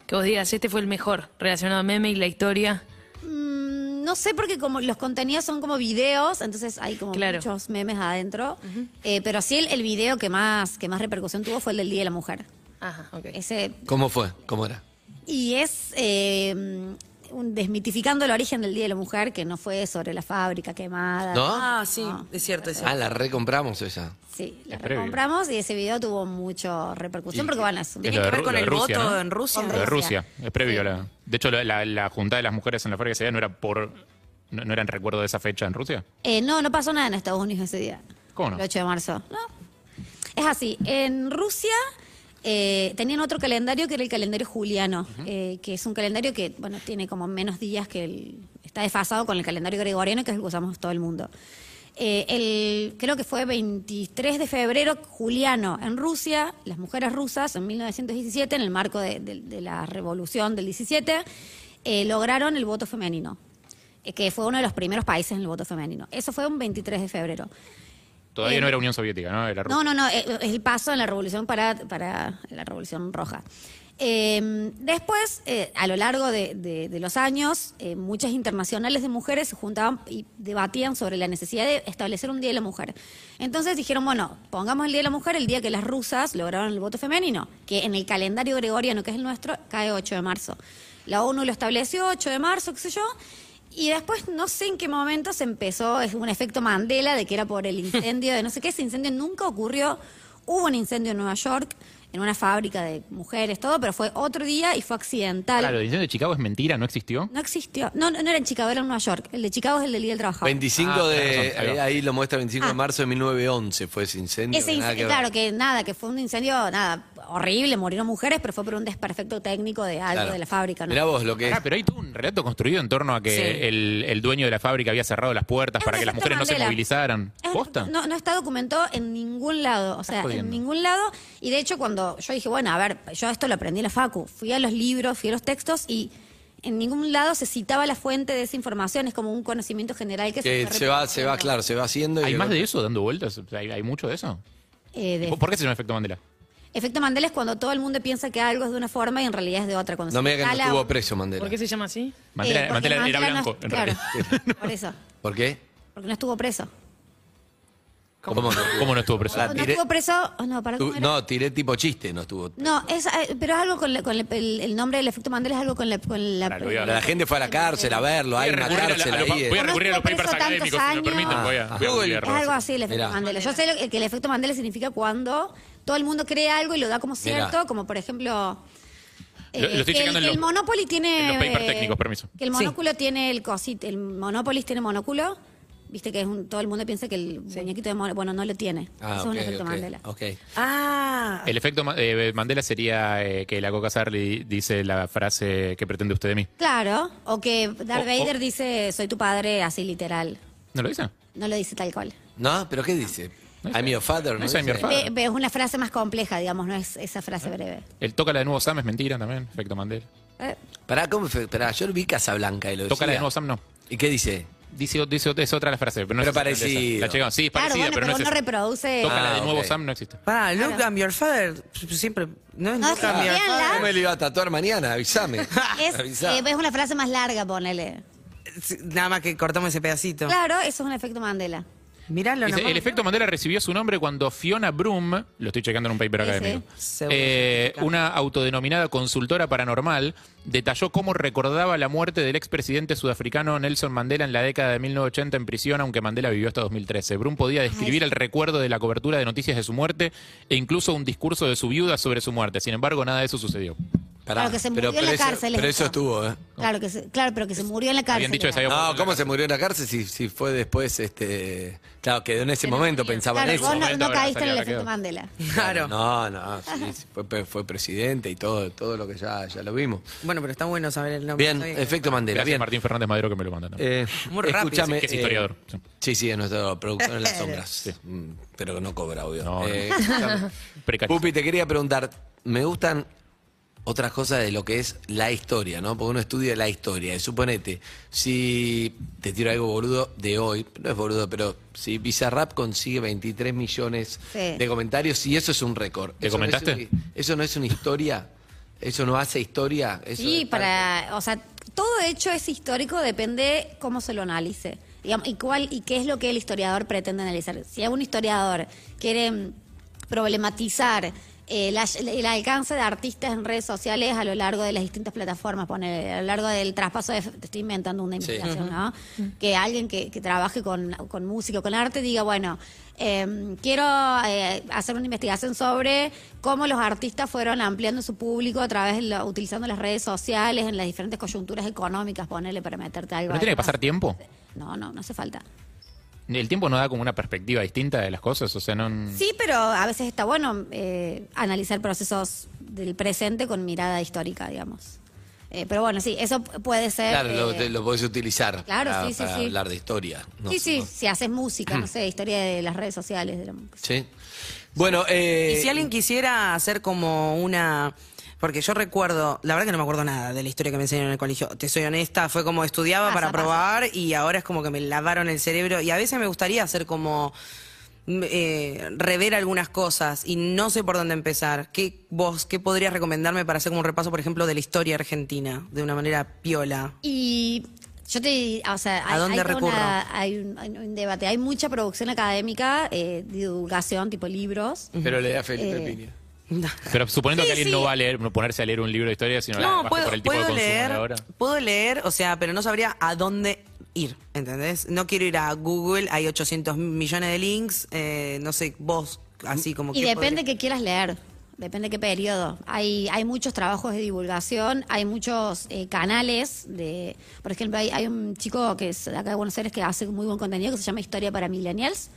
[SPEAKER 6] que vos digas, este fue el mejor relacionado al meme y la historia.
[SPEAKER 5] Mm, No sé, porque como los contenidos son como videos, entonces hay como
[SPEAKER 6] Claro.
[SPEAKER 5] muchos memes adentro. Eh, pero sí, el, el video que más, que más repercusión tuvo fue el del Día de la Mujer.
[SPEAKER 6] Ajá, ok.
[SPEAKER 5] Ese,
[SPEAKER 2] ¿Cómo fue? ¿Cómo era?
[SPEAKER 5] y es eh, un- desmitificando el origen del Día de la Mujer, que no fue sobre la fábrica quemada.
[SPEAKER 2] ¿No?
[SPEAKER 4] Ah, sí,
[SPEAKER 5] No.
[SPEAKER 4] es cierto, es cierto.
[SPEAKER 2] Ah, la recompramos
[SPEAKER 5] Ah,
[SPEAKER 2] esa.
[SPEAKER 5] Sí, la
[SPEAKER 3] Es previo.
[SPEAKER 5] compramos y ese video tuvo mucho repercusión, porque bueno, es un-
[SPEAKER 3] Es
[SPEAKER 4] Tiene que
[SPEAKER 3] lo de
[SPEAKER 4] ver
[SPEAKER 3] Ru-
[SPEAKER 4] con
[SPEAKER 3] lo de
[SPEAKER 4] el
[SPEAKER 3] Rusia,
[SPEAKER 4] voto
[SPEAKER 3] ¿no?
[SPEAKER 4] en Rusia.
[SPEAKER 5] Con
[SPEAKER 3] Lo de
[SPEAKER 5] Rusia.
[SPEAKER 3] Rusia, es previo. a la- de hecho, la, la, la juntada de las mujeres en la fábrica ese día no era por. No, no era en recuerdo de esa fecha en Rusia.
[SPEAKER 5] Eh, no, no pasó nada en Estados Unidos ese día.
[SPEAKER 3] ¿Cómo no?
[SPEAKER 5] El 8 de marzo. No. Es así. En Rusia eh, tenían otro calendario que era el calendario juliano, eh, que es un calendario que, bueno, tiene como menos días que el. Está desfasado con el calendario gregoriano, que es el que usamos todo el mundo. Eh, el, creo que fue 23 de febrero, juliano, en Rusia, las mujeres rusas en 1917, en el marco de, de- de la revolución del 17, eh, lograron el voto femenino eh, que fue uno de los primeros países en el voto femenino. Eso fue un 23 de febrero.
[SPEAKER 3] Todavía
[SPEAKER 5] Eh,
[SPEAKER 3] no era Unión Soviética, ¿no? Era Rusia.
[SPEAKER 5] No, no, no, eh, es el paso en la revolución para, para la revolución roja. Eh, después, eh, a lo largo de, de- de los años, eh, muchas internacionales de mujeres se juntaban y debatían sobre la necesidad de establecer un Día de la Mujer. Entonces dijeron, bueno, pongamos el Día de la Mujer el día que las rusas lograron el voto femenino, que en el calendario gregoriano, que es el nuestro, cae 8 de marzo. La ONU lo estableció 8 de marzo, qué sé yo, y después no sé en qué momento se empezó, es un efecto Mandela de que era por el incendio de no sé qué, ese incendio nunca ocurrió, hubo un incendio en Nueva York, en una fábrica de mujeres, todo, pero fue otro día y fue accidental.
[SPEAKER 3] Claro, la edición de Chicago es mentira, no existió. Ah,
[SPEAKER 5] No existió. No, no no era en Chicago, era en Nueva York. El de Chicago es el del Día del Trabajador.
[SPEAKER 2] 25
[SPEAKER 3] Ah, tenés
[SPEAKER 2] de.
[SPEAKER 3] razón, ahí
[SPEAKER 2] ahí,
[SPEAKER 3] va.
[SPEAKER 2] lo muestra 25 de
[SPEAKER 5] Ah.
[SPEAKER 2] marzo de 1911. Fue ese incendio.
[SPEAKER 5] Ese
[SPEAKER 2] nada
[SPEAKER 5] incendio,
[SPEAKER 2] que ver.
[SPEAKER 5] claro, que nada, que fue un incendio, nada, horrible, murieron mujeres, pero fue por un desperfecto técnico de algo
[SPEAKER 2] Claro.
[SPEAKER 5] de la fábrica, ¿no?
[SPEAKER 2] Mirá vos lo que es.
[SPEAKER 3] Pará, pero hay todo un relato construido en torno a que
[SPEAKER 4] Sí.
[SPEAKER 3] el, el dueño de la fábrica había cerrado las puertas
[SPEAKER 5] Es
[SPEAKER 3] para
[SPEAKER 5] un
[SPEAKER 3] que las
[SPEAKER 5] efecto
[SPEAKER 3] mujeres no se
[SPEAKER 5] Mandela.
[SPEAKER 3] movilizaran.
[SPEAKER 5] Es un
[SPEAKER 3] ¿Posta?
[SPEAKER 5] efecto- No, no está documentado en ningún lado, o sea, en
[SPEAKER 3] jodiendo.
[SPEAKER 5] ningún lado. Y de hecho, cuando yo dije, bueno, a ver, yo esto lo aprendí en la FACU, fui a los libros, fui a los textos y en ningún lado se citaba la fuente de esa información, es como un conocimiento general que,
[SPEAKER 2] Que
[SPEAKER 5] fue
[SPEAKER 2] se va, se va,
[SPEAKER 5] reproduciendo.
[SPEAKER 2] claro, se va haciendo. y
[SPEAKER 3] ¿Hay
[SPEAKER 2] de
[SPEAKER 3] más
[SPEAKER 2] golpe-
[SPEAKER 3] de eso dando vueltas? O sea, ¿Hay, hay mucho de eso?
[SPEAKER 5] Eh, de-
[SPEAKER 3] ¿Por por qué se llama efecto Mandela?
[SPEAKER 5] Efecto Mandela es cuando todo el mundo piensa que algo es de una forma y en realidad es de otra. Cuando
[SPEAKER 2] No
[SPEAKER 5] se
[SPEAKER 2] me digan que no
[SPEAKER 5] instala-
[SPEAKER 2] estuvo preso Mandela.
[SPEAKER 6] ¿Por qué se llama
[SPEAKER 5] Eh,
[SPEAKER 6] así?
[SPEAKER 3] Mandela,
[SPEAKER 5] porque
[SPEAKER 3] Mandela era
[SPEAKER 5] Mandela no
[SPEAKER 3] blanco,
[SPEAKER 5] est-
[SPEAKER 3] en
[SPEAKER 5] claro,
[SPEAKER 3] realidad.
[SPEAKER 5] por eso,
[SPEAKER 2] ¿Por qué?
[SPEAKER 5] porque no estuvo preso.
[SPEAKER 2] ¿Cómo no?
[SPEAKER 3] ¿Cómo no estuvo preso?
[SPEAKER 2] La
[SPEAKER 5] O no
[SPEAKER 2] tiré-
[SPEAKER 5] estuvo preso, o no, para
[SPEAKER 2] Tu- no, tiré tipo chiste, no estuvo.
[SPEAKER 5] No, es, eh, pero es algo con, la- con la- el, el nombre del efecto Mandela, es algo con la... Con la,
[SPEAKER 3] Claro, voy a-
[SPEAKER 2] La gente fue a la cárcel a verlo, hay
[SPEAKER 3] Voy a
[SPEAKER 2] una
[SPEAKER 3] recurrir a la-
[SPEAKER 2] cárcel
[SPEAKER 3] a
[SPEAKER 2] ahí.
[SPEAKER 3] los pa- voy
[SPEAKER 2] eh.
[SPEAKER 3] a
[SPEAKER 5] No
[SPEAKER 3] recurrir a los
[SPEAKER 5] estuvo
[SPEAKER 3] papers
[SPEAKER 5] preso
[SPEAKER 3] académicos, si
[SPEAKER 5] tantos
[SPEAKER 3] me permiten.
[SPEAKER 5] años.
[SPEAKER 3] Voy a, voy a
[SPEAKER 2] Ah.
[SPEAKER 3] googlearlo.
[SPEAKER 5] Es algo así el efecto
[SPEAKER 2] Mirá.
[SPEAKER 5] Mandela. Yo sé lo que, que el efecto Mandela significa cuando todo el mundo cree algo y lo da como cierto,
[SPEAKER 2] Mirá.
[SPEAKER 5] como por ejemplo... eh,
[SPEAKER 3] Lo- lo estoy
[SPEAKER 5] que
[SPEAKER 3] checando
[SPEAKER 5] el,
[SPEAKER 3] en
[SPEAKER 5] que el
[SPEAKER 3] los-
[SPEAKER 5] Monopoly tiene...
[SPEAKER 3] en los papers
[SPEAKER 5] eh,
[SPEAKER 3] técnicos, permiso.
[SPEAKER 5] Que el monóculo tiene el cosito, el Monopoly tiene monóculo. Viste que es un- todo el mundo piensa que el muñequito de Monopoly, bueno, no lo tiene.
[SPEAKER 2] Ah, ok,
[SPEAKER 5] Eso es un efecto
[SPEAKER 2] ok,
[SPEAKER 5] Mandela.
[SPEAKER 2] ok.
[SPEAKER 4] Ah,
[SPEAKER 3] El efecto Ma- eh, Mandela sería eh, que la Coca Sarli dice la frase que pretende usted de mí.
[SPEAKER 5] Claro, o que Darth
[SPEAKER 3] O- o-
[SPEAKER 5] Vader dice, soy tu padre, así literal.
[SPEAKER 3] ¿No lo dice?
[SPEAKER 5] No lo dice tal cual.
[SPEAKER 2] ¿No? ¿Pero qué dice?
[SPEAKER 3] No
[SPEAKER 2] I'm
[SPEAKER 3] dice.
[SPEAKER 2] your father, ¿no?
[SPEAKER 3] No dice I'm your
[SPEAKER 2] dice?
[SPEAKER 3] father.
[SPEAKER 5] Ve- ve, es una frase más compleja, digamos, no es esa
[SPEAKER 3] Eh.
[SPEAKER 5] frase breve.
[SPEAKER 3] El Tócala de nuevo Sam es mentira también, efecto Mandela.
[SPEAKER 5] Eh,
[SPEAKER 2] Pará, ¿cómo fue? Pará, yo vi Casablanca y lo
[SPEAKER 3] Tócala de
[SPEAKER 2] decía.
[SPEAKER 3] nuevo Sam no.
[SPEAKER 2] ¿Y qué dice?
[SPEAKER 3] Dice, dice- es otra la frase, pero no
[SPEAKER 2] Pero
[SPEAKER 3] es exactamente esa.
[SPEAKER 2] parecido.
[SPEAKER 3] La checamos. Sí, es
[SPEAKER 5] claro,
[SPEAKER 3] parecida,
[SPEAKER 5] bueno,
[SPEAKER 3] pero, no es
[SPEAKER 5] vos no
[SPEAKER 3] esa.
[SPEAKER 5] reproduce.
[SPEAKER 3] Tócala de
[SPEAKER 2] Ah,
[SPEAKER 3] nuevo
[SPEAKER 2] ok.
[SPEAKER 3] Sam no existe.
[SPEAKER 4] para, look, I'm your father. Siempre, no es
[SPEAKER 5] No,
[SPEAKER 4] look, I'm your
[SPEAKER 5] genial,
[SPEAKER 4] father.
[SPEAKER 5] Ah.
[SPEAKER 2] No me lo iba a tatuar mañana, avísame.
[SPEAKER 5] Es,
[SPEAKER 2] Avisá.
[SPEAKER 5] eh, es una frase más larga, ponele.
[SPEAKER 4] Sí, Nada más que cortamos ese pedacito.
[SPEAKER 5] Claro, eso es un efecto Mandela.
[SPEAKER 4] Miralo
[SPEAKER 3] Dice,
[SPEAKER 4] nomás.
[SPEAKER 3] el efecto Mandela recibió su nombre cuando Fiona Broom, lo estoy checando en un paper
[SPEAKER 5] Sí,
[SPEAKER 3] académico,
[SPEAKER 4] sí.
[SPEAKER 3] eh,
[SPEAKER 4] Seguro.
[SPEAKER 3] una autodenominada consultora paranormal, detalló cómo recordaba la muerte del expresidente sudafricano Nelson Mandela en la década de 1980 en prisión, aunque Mandela vivió hasta 2013. Broom podía describir el recuerdo de la cobertura de noticias de su muerte e incluso un discurso de su viuda sobre su muerte. Sin embargo, nada de eso sucedió.
[SPEAKER 2] Pará,
[SPEAKER 5] Claro, que se murió en la
[SPEAKER 2] eso-
[SPEAKER 5] cárcel,
[SPEAKER 2] Pero
[SPEAKER 5] eso.
[SPEAKER 2] eso estuvo, ¿eh?
[SPEAKER 5] Claro, que se- claro, pero que se murió en la cárcel.
[SPEAKER 3] Habían dicho que se
[SPEAKER 5] era.
[SPEAKER 3] había muerto
[SPEAKER 2] No,
[SPEAKER 3] en la
[SPEAKER 2] ¿cómo se
[SPEAKER 3] cárcel.
[SPEAKER 2] murió en la cárcel? Si, si fue después, este. Claro, quedó en ese momento, pensaban
[SPEAKER 5] Claro,
[SPEAKER 2] eso.
[SPEAKER 5] vos no,
[SPEAKER 3] momento
[SPEAKER 5] no
[SPEAKER 3] habrá
[SPEAKER 5] caíste en el
[SPEAKER 3] salido,
[SPEAKER 5] efecto
[SPEAKER 3] habrá
[SPEAKER 5] Mandela.
[SPEAKER 4] Claro.
[SPEAKER 2] No, no, sí, sí, fue, pre- fue presidente y todo, todo lo que ya, ya lo vimos.
[SPEAKER 4] Bueno, pero está bueno saber el nombre.
[SPEAKER 2] Bien,
[SPEAKER 4] Está bien.
[SPEAKER 2] efecto Mandela,
[SPEAKER 3] Gracias
[SPEAKER 2] bien.
[SPEAKER 3] Martín Fernández Madero que me lo manda. ¿no?
[SPEAKER 2] Eh,
[SPEAKER 4] Muy rápido,
[SPEAKER 2] escúchame,
[SPEAKER 3] que es
[SPEAKER 2] eh,
[SPEAKER 3] historiador, sí.
[SPEAKER 2] sí, sí, es nuestro productor en las sombras. Mm, Pero no cobra, obvio.
[SPEAKER 3] No, no.
[SPEAKER 2] Eh, escúchame.
[SPEAKER 3] Precario.
[SPEAKER 2] Pupi, te quería preguntar, me gustan otras cosas de lo que es la historia, ¿no? Porque uno estudia la historia. Y suponete, si te tiro algo boludo de hoy, no es boludo, pero si Bizarrap consigue 23 millones
[SPEAKER 5] Sí.
[SPEAKER 2] de comentarios, y eso es un récord.
[SPEAKER 3] ¿Te
[SPEAKER 2] Eso no es
[SPEAKER 3] comentaste?
[SPEAKER 2] un- eso no es una historia. Eso no hace historia. Eso
[SPEAKER 5] Sí,
[SPEAKER 2] es parte-
[SPEAKER 5] para, o sea, todo hecho es histórico, depende cómo se lo analice. Digamos, y cuál y qué es lo que el historiador pretende analizar. Si un historiador quiere mm, problematizar eh, la- el alcance de artistas en redes sociales a lo largo de las distintas plataformas, poner, a lo largo del traspaso de, te estoy inventando una
[SPEAKER 2] Sí.
[SPEAKER 5] investigación, ¿no? Que alguien que, que trabaje con, con música o con arte diga, bueno, eh, quiero eh, hacer una investigación sobre cómo los artistas fueron ampliando su público a través de la- utilizando las redes sociales en las diferentes coyunturas económicas, ponerle para meterte algo.
[SPEAKER 3] ¿No tiene
[SPEAKER 5] ahí,
[SPEAKER 3] que pasar tiempo?
[SPEAKER 5] No, no, no hace falta.
[SPEAKER 2] Mm.
[SPEAKER 3] ¿El tiempo no da como una perspectiva distinta de las cosas? O sea, no...
[SPEAKER 5] Sí, pero a veces está bueno eh, analizar procesos del presente con mirada histórica, digamos. Eh, pero bueno, sí, eso p- puede ser.
[SPEAKER 2] Claro, lo,
[SPEAKER 5] eh,
[SPEAKER 2] te- lo podés utilizar
[SPEAKER 5] claro,
[SPEAKER 2] para,
[SPEAKER 5] sí, sí,
[SPEAKER 2] para
[SPEAKER 5] sí.
[SPEAKER 2] hablar de historia. No
[SPEAKER 5] sí,
[SPEAKER 2] sé,
[SPEAKER 5] sí,
[SPEAKER 2] no- Mm.
[SPEAKER 5] si haces música, no sé, historia de las redes sociales. de la-
[SPEAKER 2] Sí. Bueno, eh,
[SPEAKER 4] Y si alguien quisiera hacer como una. Porque yo recuerdo, la verdad que no me acuerdo nada de la historia que me enseñaron en el colegio. Te soy honesta, fue como estudiaba
[SPEAKER 5] Pasa,
[SPEAKER 4] para
[SPEAKER 5] pasa.
[SPEAKER 4] probar y ahora es como que me lavaron el cerebro. Y a veces me gustaría hacer como. mm, eh, rever algunas cosas y no sé por dónde empezar. ¿Qué vos, qué podrías recomendarme para hacer como un repaso, por ejemplo, de la historia argentina de una manera piola?
[SPEAKER 5] Y yo te. O sea,
[SPEAKER 4] ¿A
[SPEAKER 5] hay,
[SPEAKER 4] dónde
[SPEAKER 5] hay toda
[SPEAKER 4] recurro?
[SPEAKER 5] una- hay, un, hay un debate. Hay mucha producción académica, eh, de divulgación, tipo libros.
[SPEAKER 2] Pero le da Felipe Piña.
[SPEAKER 3] Pero suponiendo
[SPEAKER 5] Sí,
[SPEAKER 3] que alguien
[SPEAKER 5] sí.
[SPEAKER 3] no va a leer, no ponerse a leer un libro de historia, sino más
[SPEAKER 4] No,
[SPEAKER 3] que
[SPEAKER 4] puedo,
[SPEAKER 3] por el tipo de
[SPEAKER 4] puedo
[SPEAKER 3] consumo
[SPEAKER 4] leer,
[SPEAKER 3] de ahora.
[SPEAKER 4] puedo leer, o sea, pero no sabría a dónde ir, ¿entendés? No quiero ir a Google, hay 800 millones de links, eh, no sé, vos, así como
[SPEAKER 5] Y
[SPEAKER 4] que
[SPEAKER 5] depende
[SPEAKER 4] podría-
[SPEAKER 5] que quieras leer. Depende de qué periodo. Hay, hay muchos trabajos de divulgación, hay muchos eh, canales de... Por ejemplo, hay, hay un chico que es de acá de Buenos Aires que hace muy buen contenido que se llama Historia para Millennials.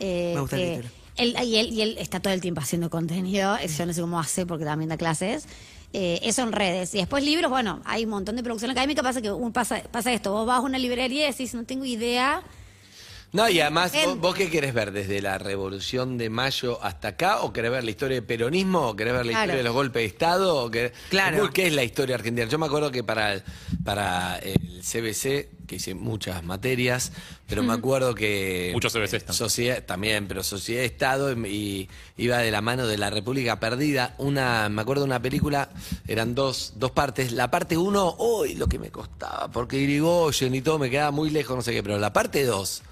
[SPEAKER 5] eh,
[SPEAKER 4] Me gusta el
[SPEAKER 5] que
[SPEAKER 4] título.
[SPEAKER 5] él- y, él, y él está todo el tiempo haciendo contenido. eso Yo no sé cómo hace porque también da clases. Eh, eso en redes. Y después libros, bueno, hay un montón de producción académica. Pasa que un- pasa, pasa esto. Vos vas a una librería y decís, no tengo idea...
[SPEAKER 2] No, y además,
[SPEAKER 5] En-
[SPEAKER 2] ¿vos, vos qué querés ver? ¿Desde la Revolución de Mayo hasta acá? ¿O querés ver la historia del peronismo? ¿O querés ver la
[SPEAKER 5] Claro.
[SPEAKER 2] historia de los golpes de Estado? ¿O querés-
[SPEAKER 4] Claro.
[SPEAKER 2] Uy, ¿Qué es la historia argentina? Yo me acuerdo que para el, para eh, el CBC, que hice muchas materias, pero me acuerdo que...
[SPEAKER 3] Muchos CBC están.
[SPEAKER 2] Sociedad, también, pero Sociedad Estado y, y iba de la mano de la República Perdida. Una, me acuerdo de una película, eran dos, dos partes. La parte uno, uy, lo que me costaba, porque Irigoyen y todo me quedaba muy lejos, no sé qué, pero la parte dos,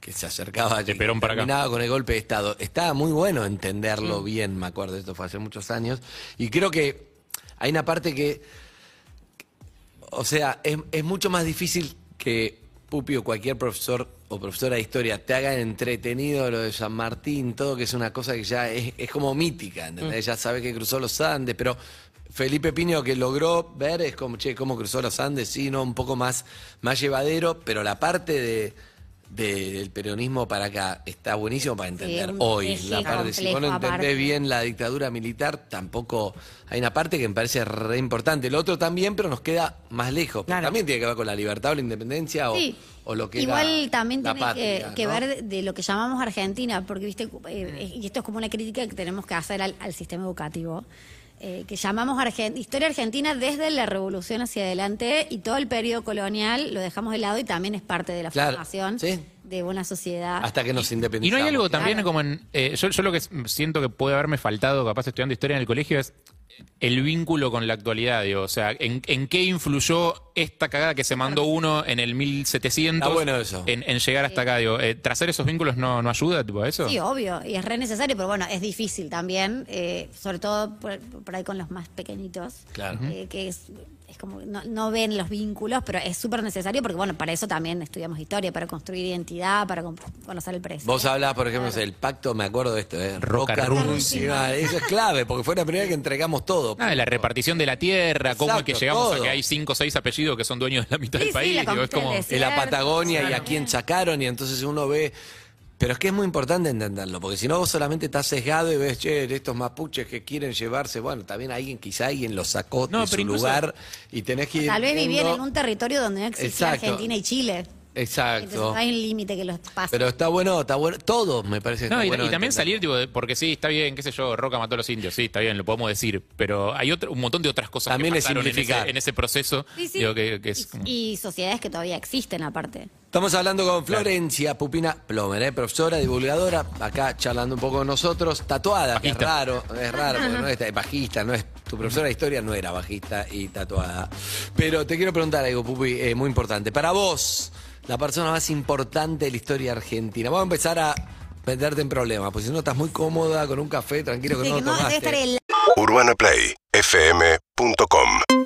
[SPEAKER 2] que se acercaba
[SPEAKER 3] De
[SPEAKER 2] y
[SPEAKER 3] Perón para acá.
[SPEAKER 2] terminaba con el golpe de Estado. Estaba muy bueno entenderlo bien, me acuerdo, esto fue hace muchos años. Y creo que hay una parte que, o sea, es, es mucho más difícil que Pupi o cualquier profesor o profesora de historia te hagan entretenido lo de San Martín, todo que es una cosa que ya es, es como mítica, ¿entendés? Ya sabe que cruzó los Andes, pero Felipe Piño que logró ver es como, che, cómo cruzó los Andes, sí, no, un poco más, más llevadero, pero la parte de, de- del peronismo para acá está buenísimo para entender
[SPEAKER 5] un
[SPEAKER 2] hoy.
[SPEAKER 5] eje
[SPEAKER 2] La parte, si vos no
[SPEAKER 5] complejo
[SPEAKER 2] entendés
[SPEAKER 5] aparte.
[SPEAKER 2] bien la dictadura militar, tampoco hay una parte que me parece re importante. El otro también, pero nos queda más lejos.
[SPEAKER 4] Claro.
[SPEAKER 2] También tiene que ver con la libertad o la independencia o,
[SPEAKER 5] Sí.
[SPEAKER 2] o lo que era
[SPEAKER 5] Igual también
[SPEAKER 2] la
[SPEAKER 5] tiene
[SPEAKER 2] patria,
[SPEAKER 5] que, que
[SPEAKER 2] ¿no?
[SPEAKER 5] ver de, de lo que llamamos Argentina, porque viste, eh, y esto es como una crítica que tenemos que hacer al, al sistema educativo, eh, que llamamos Argen- historia argentina desde la revolución hacia adelante y todo el periodo colonial lo dejamos de lado y también es parte de la
[SPEAKER 2] Claro,
[SPEAKER 5] formación
[SPEAKER 2] sí.
[SPEAKER 5] de una sociedad.
[SPEAKER 2] Hasta que nos
[SPEAKER 3] Y no
[SPEAKER 2] independizamos.
[SPEAKER 3] hay algo también
[SPEAKER 5] Claro.
[SPEAKER 3] como en... eh, yo, yo lo que s- siento que puede haberme faltado, capaz estudiando historia en el colegio, es el vínculo con la actualidad, digo. O sea, ¿en, en qué influyó esta cagada que se mandó uno en el 1700
[SPEAKER 2] Está bueno eso.
[SPEAKER 3] En, en llegar hasta acá? Digo, Eh, ¿Trazar esos vínculos no, no ayuda tipo, a eso?
[SPEAKER 5] Sí, obvio, y es re necesario, pero bueno, es difícil también, eh, sobre todo por, por ahí con los más pequeñitos,
[SPEAKER 2] Claro.
[SPEAKER 5] eh, que es, es como, no, no ven los vínculos, pero es súper necesario porque, bueno, para eso también estudiamos historia, para construir identidad, para con- conocer el precio.
[SPEAKER 2] Vos hablás, por ejemplo, del pacto, me acuerdo de esto, ¿eh?
[SPEAKER 3] Roca
[SPEAKER 2] Roca Runcimal. Eso es clave, porque fue la primera vez que entregamos todo.
[SPEAKER 3] Ah, la repartición de la tierra, cómo es que
[SPEAKER 2] Exacto,
[SPEAKER 3] llegamos
[SPEAKER 2] todo.
[SPEAKER 3] a que hay cinco o seis apellidos que son dueños de la mitad
[SPEAKER 5] Sí,
[SPEAKER 3] del
[SPEAKER 5] sí,
[SPEAKER 3] país.
[SPEAKER 5] la
[SPEAKER 3] digo, es
[SPEAKER 5] conquista del
[SPEAKER 3] como,
[SPEAKER 5] desierto.
[SPEAKER 2] en la Patagonia y a
[SPEAKER 5] Claro.
[SPEAKER 2] quién sacaron y entonces uno ve... Pero es que es muy importante entenderlo, porque si no vos solamente estás sesgado y ves, che, estos mapuches que quieren llevarse, bueno, también alguien, quizá alguien los sacó
[SPEAKER 3] No,
[SPEAKER 2] de
[SPEAKER 3] pero
[SPEAKER 2] su
[SPEAKER 3] incluso-
[SPEAKER 2] lugar y tenés que ir
[SPEAKER 5] Tal vez vivían
[SPEAKER 2] viendo-
[SPEAKER 5] en un territorio donde no existía
[SPEAKER 2] Exacto.
[SPEAKER 5] Argentina y Chile. Entonces
[SPEAKER 2] Exacto.
[SPEAKER 5] no hay un límite que los pase.
[SPEAKER 2] Pero está bueno, está bueno. Todo me parece que
[SPEAKER 3] No,
[SPEAKER 2] está
[SPEAKER 3] y,
[SPEAKER 2] bueno
[SPEAKER 3] y también
[SPEAKER 2] entender.
[SPEAKER 3] salir, tipo, de- porque sí, está bien, qué sé yo, Roca mató a los indios, sí, está bien, lo podemos decir, pero hay otro, un montón de otras cosas
[SPEAKER 2] También
[SPEAKER 3] que
[SPEAKER 2] es
[SPEAKER 3] pasaron en
[SPEAKER 2] simplificar.
[SPEAKER 3] ese, en ese proceso.
[SPEAKER 5] Sí, sí.
[SPEAKER 3] digo, que- que es
[SPEAKER 5] Y-
[SPEAKER 3] como-
[SPEAKER 5] y sociedades que todavía existen aparte.
[SPEAKER 2] Estamos hablando con Florencia Pupina Plomer, ¿eh? profesora, divulgadora, acá charlando un poco con nosotros, tatuada, que es
[SPEAKER 3] Bajista.
[SPEAKER 2] raro, es raro, porque no es es bajista, no es, tu profesora de historia no era bajista y tatuada. Pero te quiero preguntar algo, Pupi, eh, muy importante. Para vos, la persona más importante de la historia argentina, vamos a empezar a meterte en problemas, porque si no estás muy cómoda con un café, tranquilo que
[SPEAKER 5] Sí,
[SPEAKER 2] no
[SPEAKER 5] que
[SPEAKER 2] lo
[SPEAKER 5] no, debe
[SPEAKER 2] tomaste.
[SPEAKER 5] estar el
[SPEAKER 1] UrbanaPlayFM.com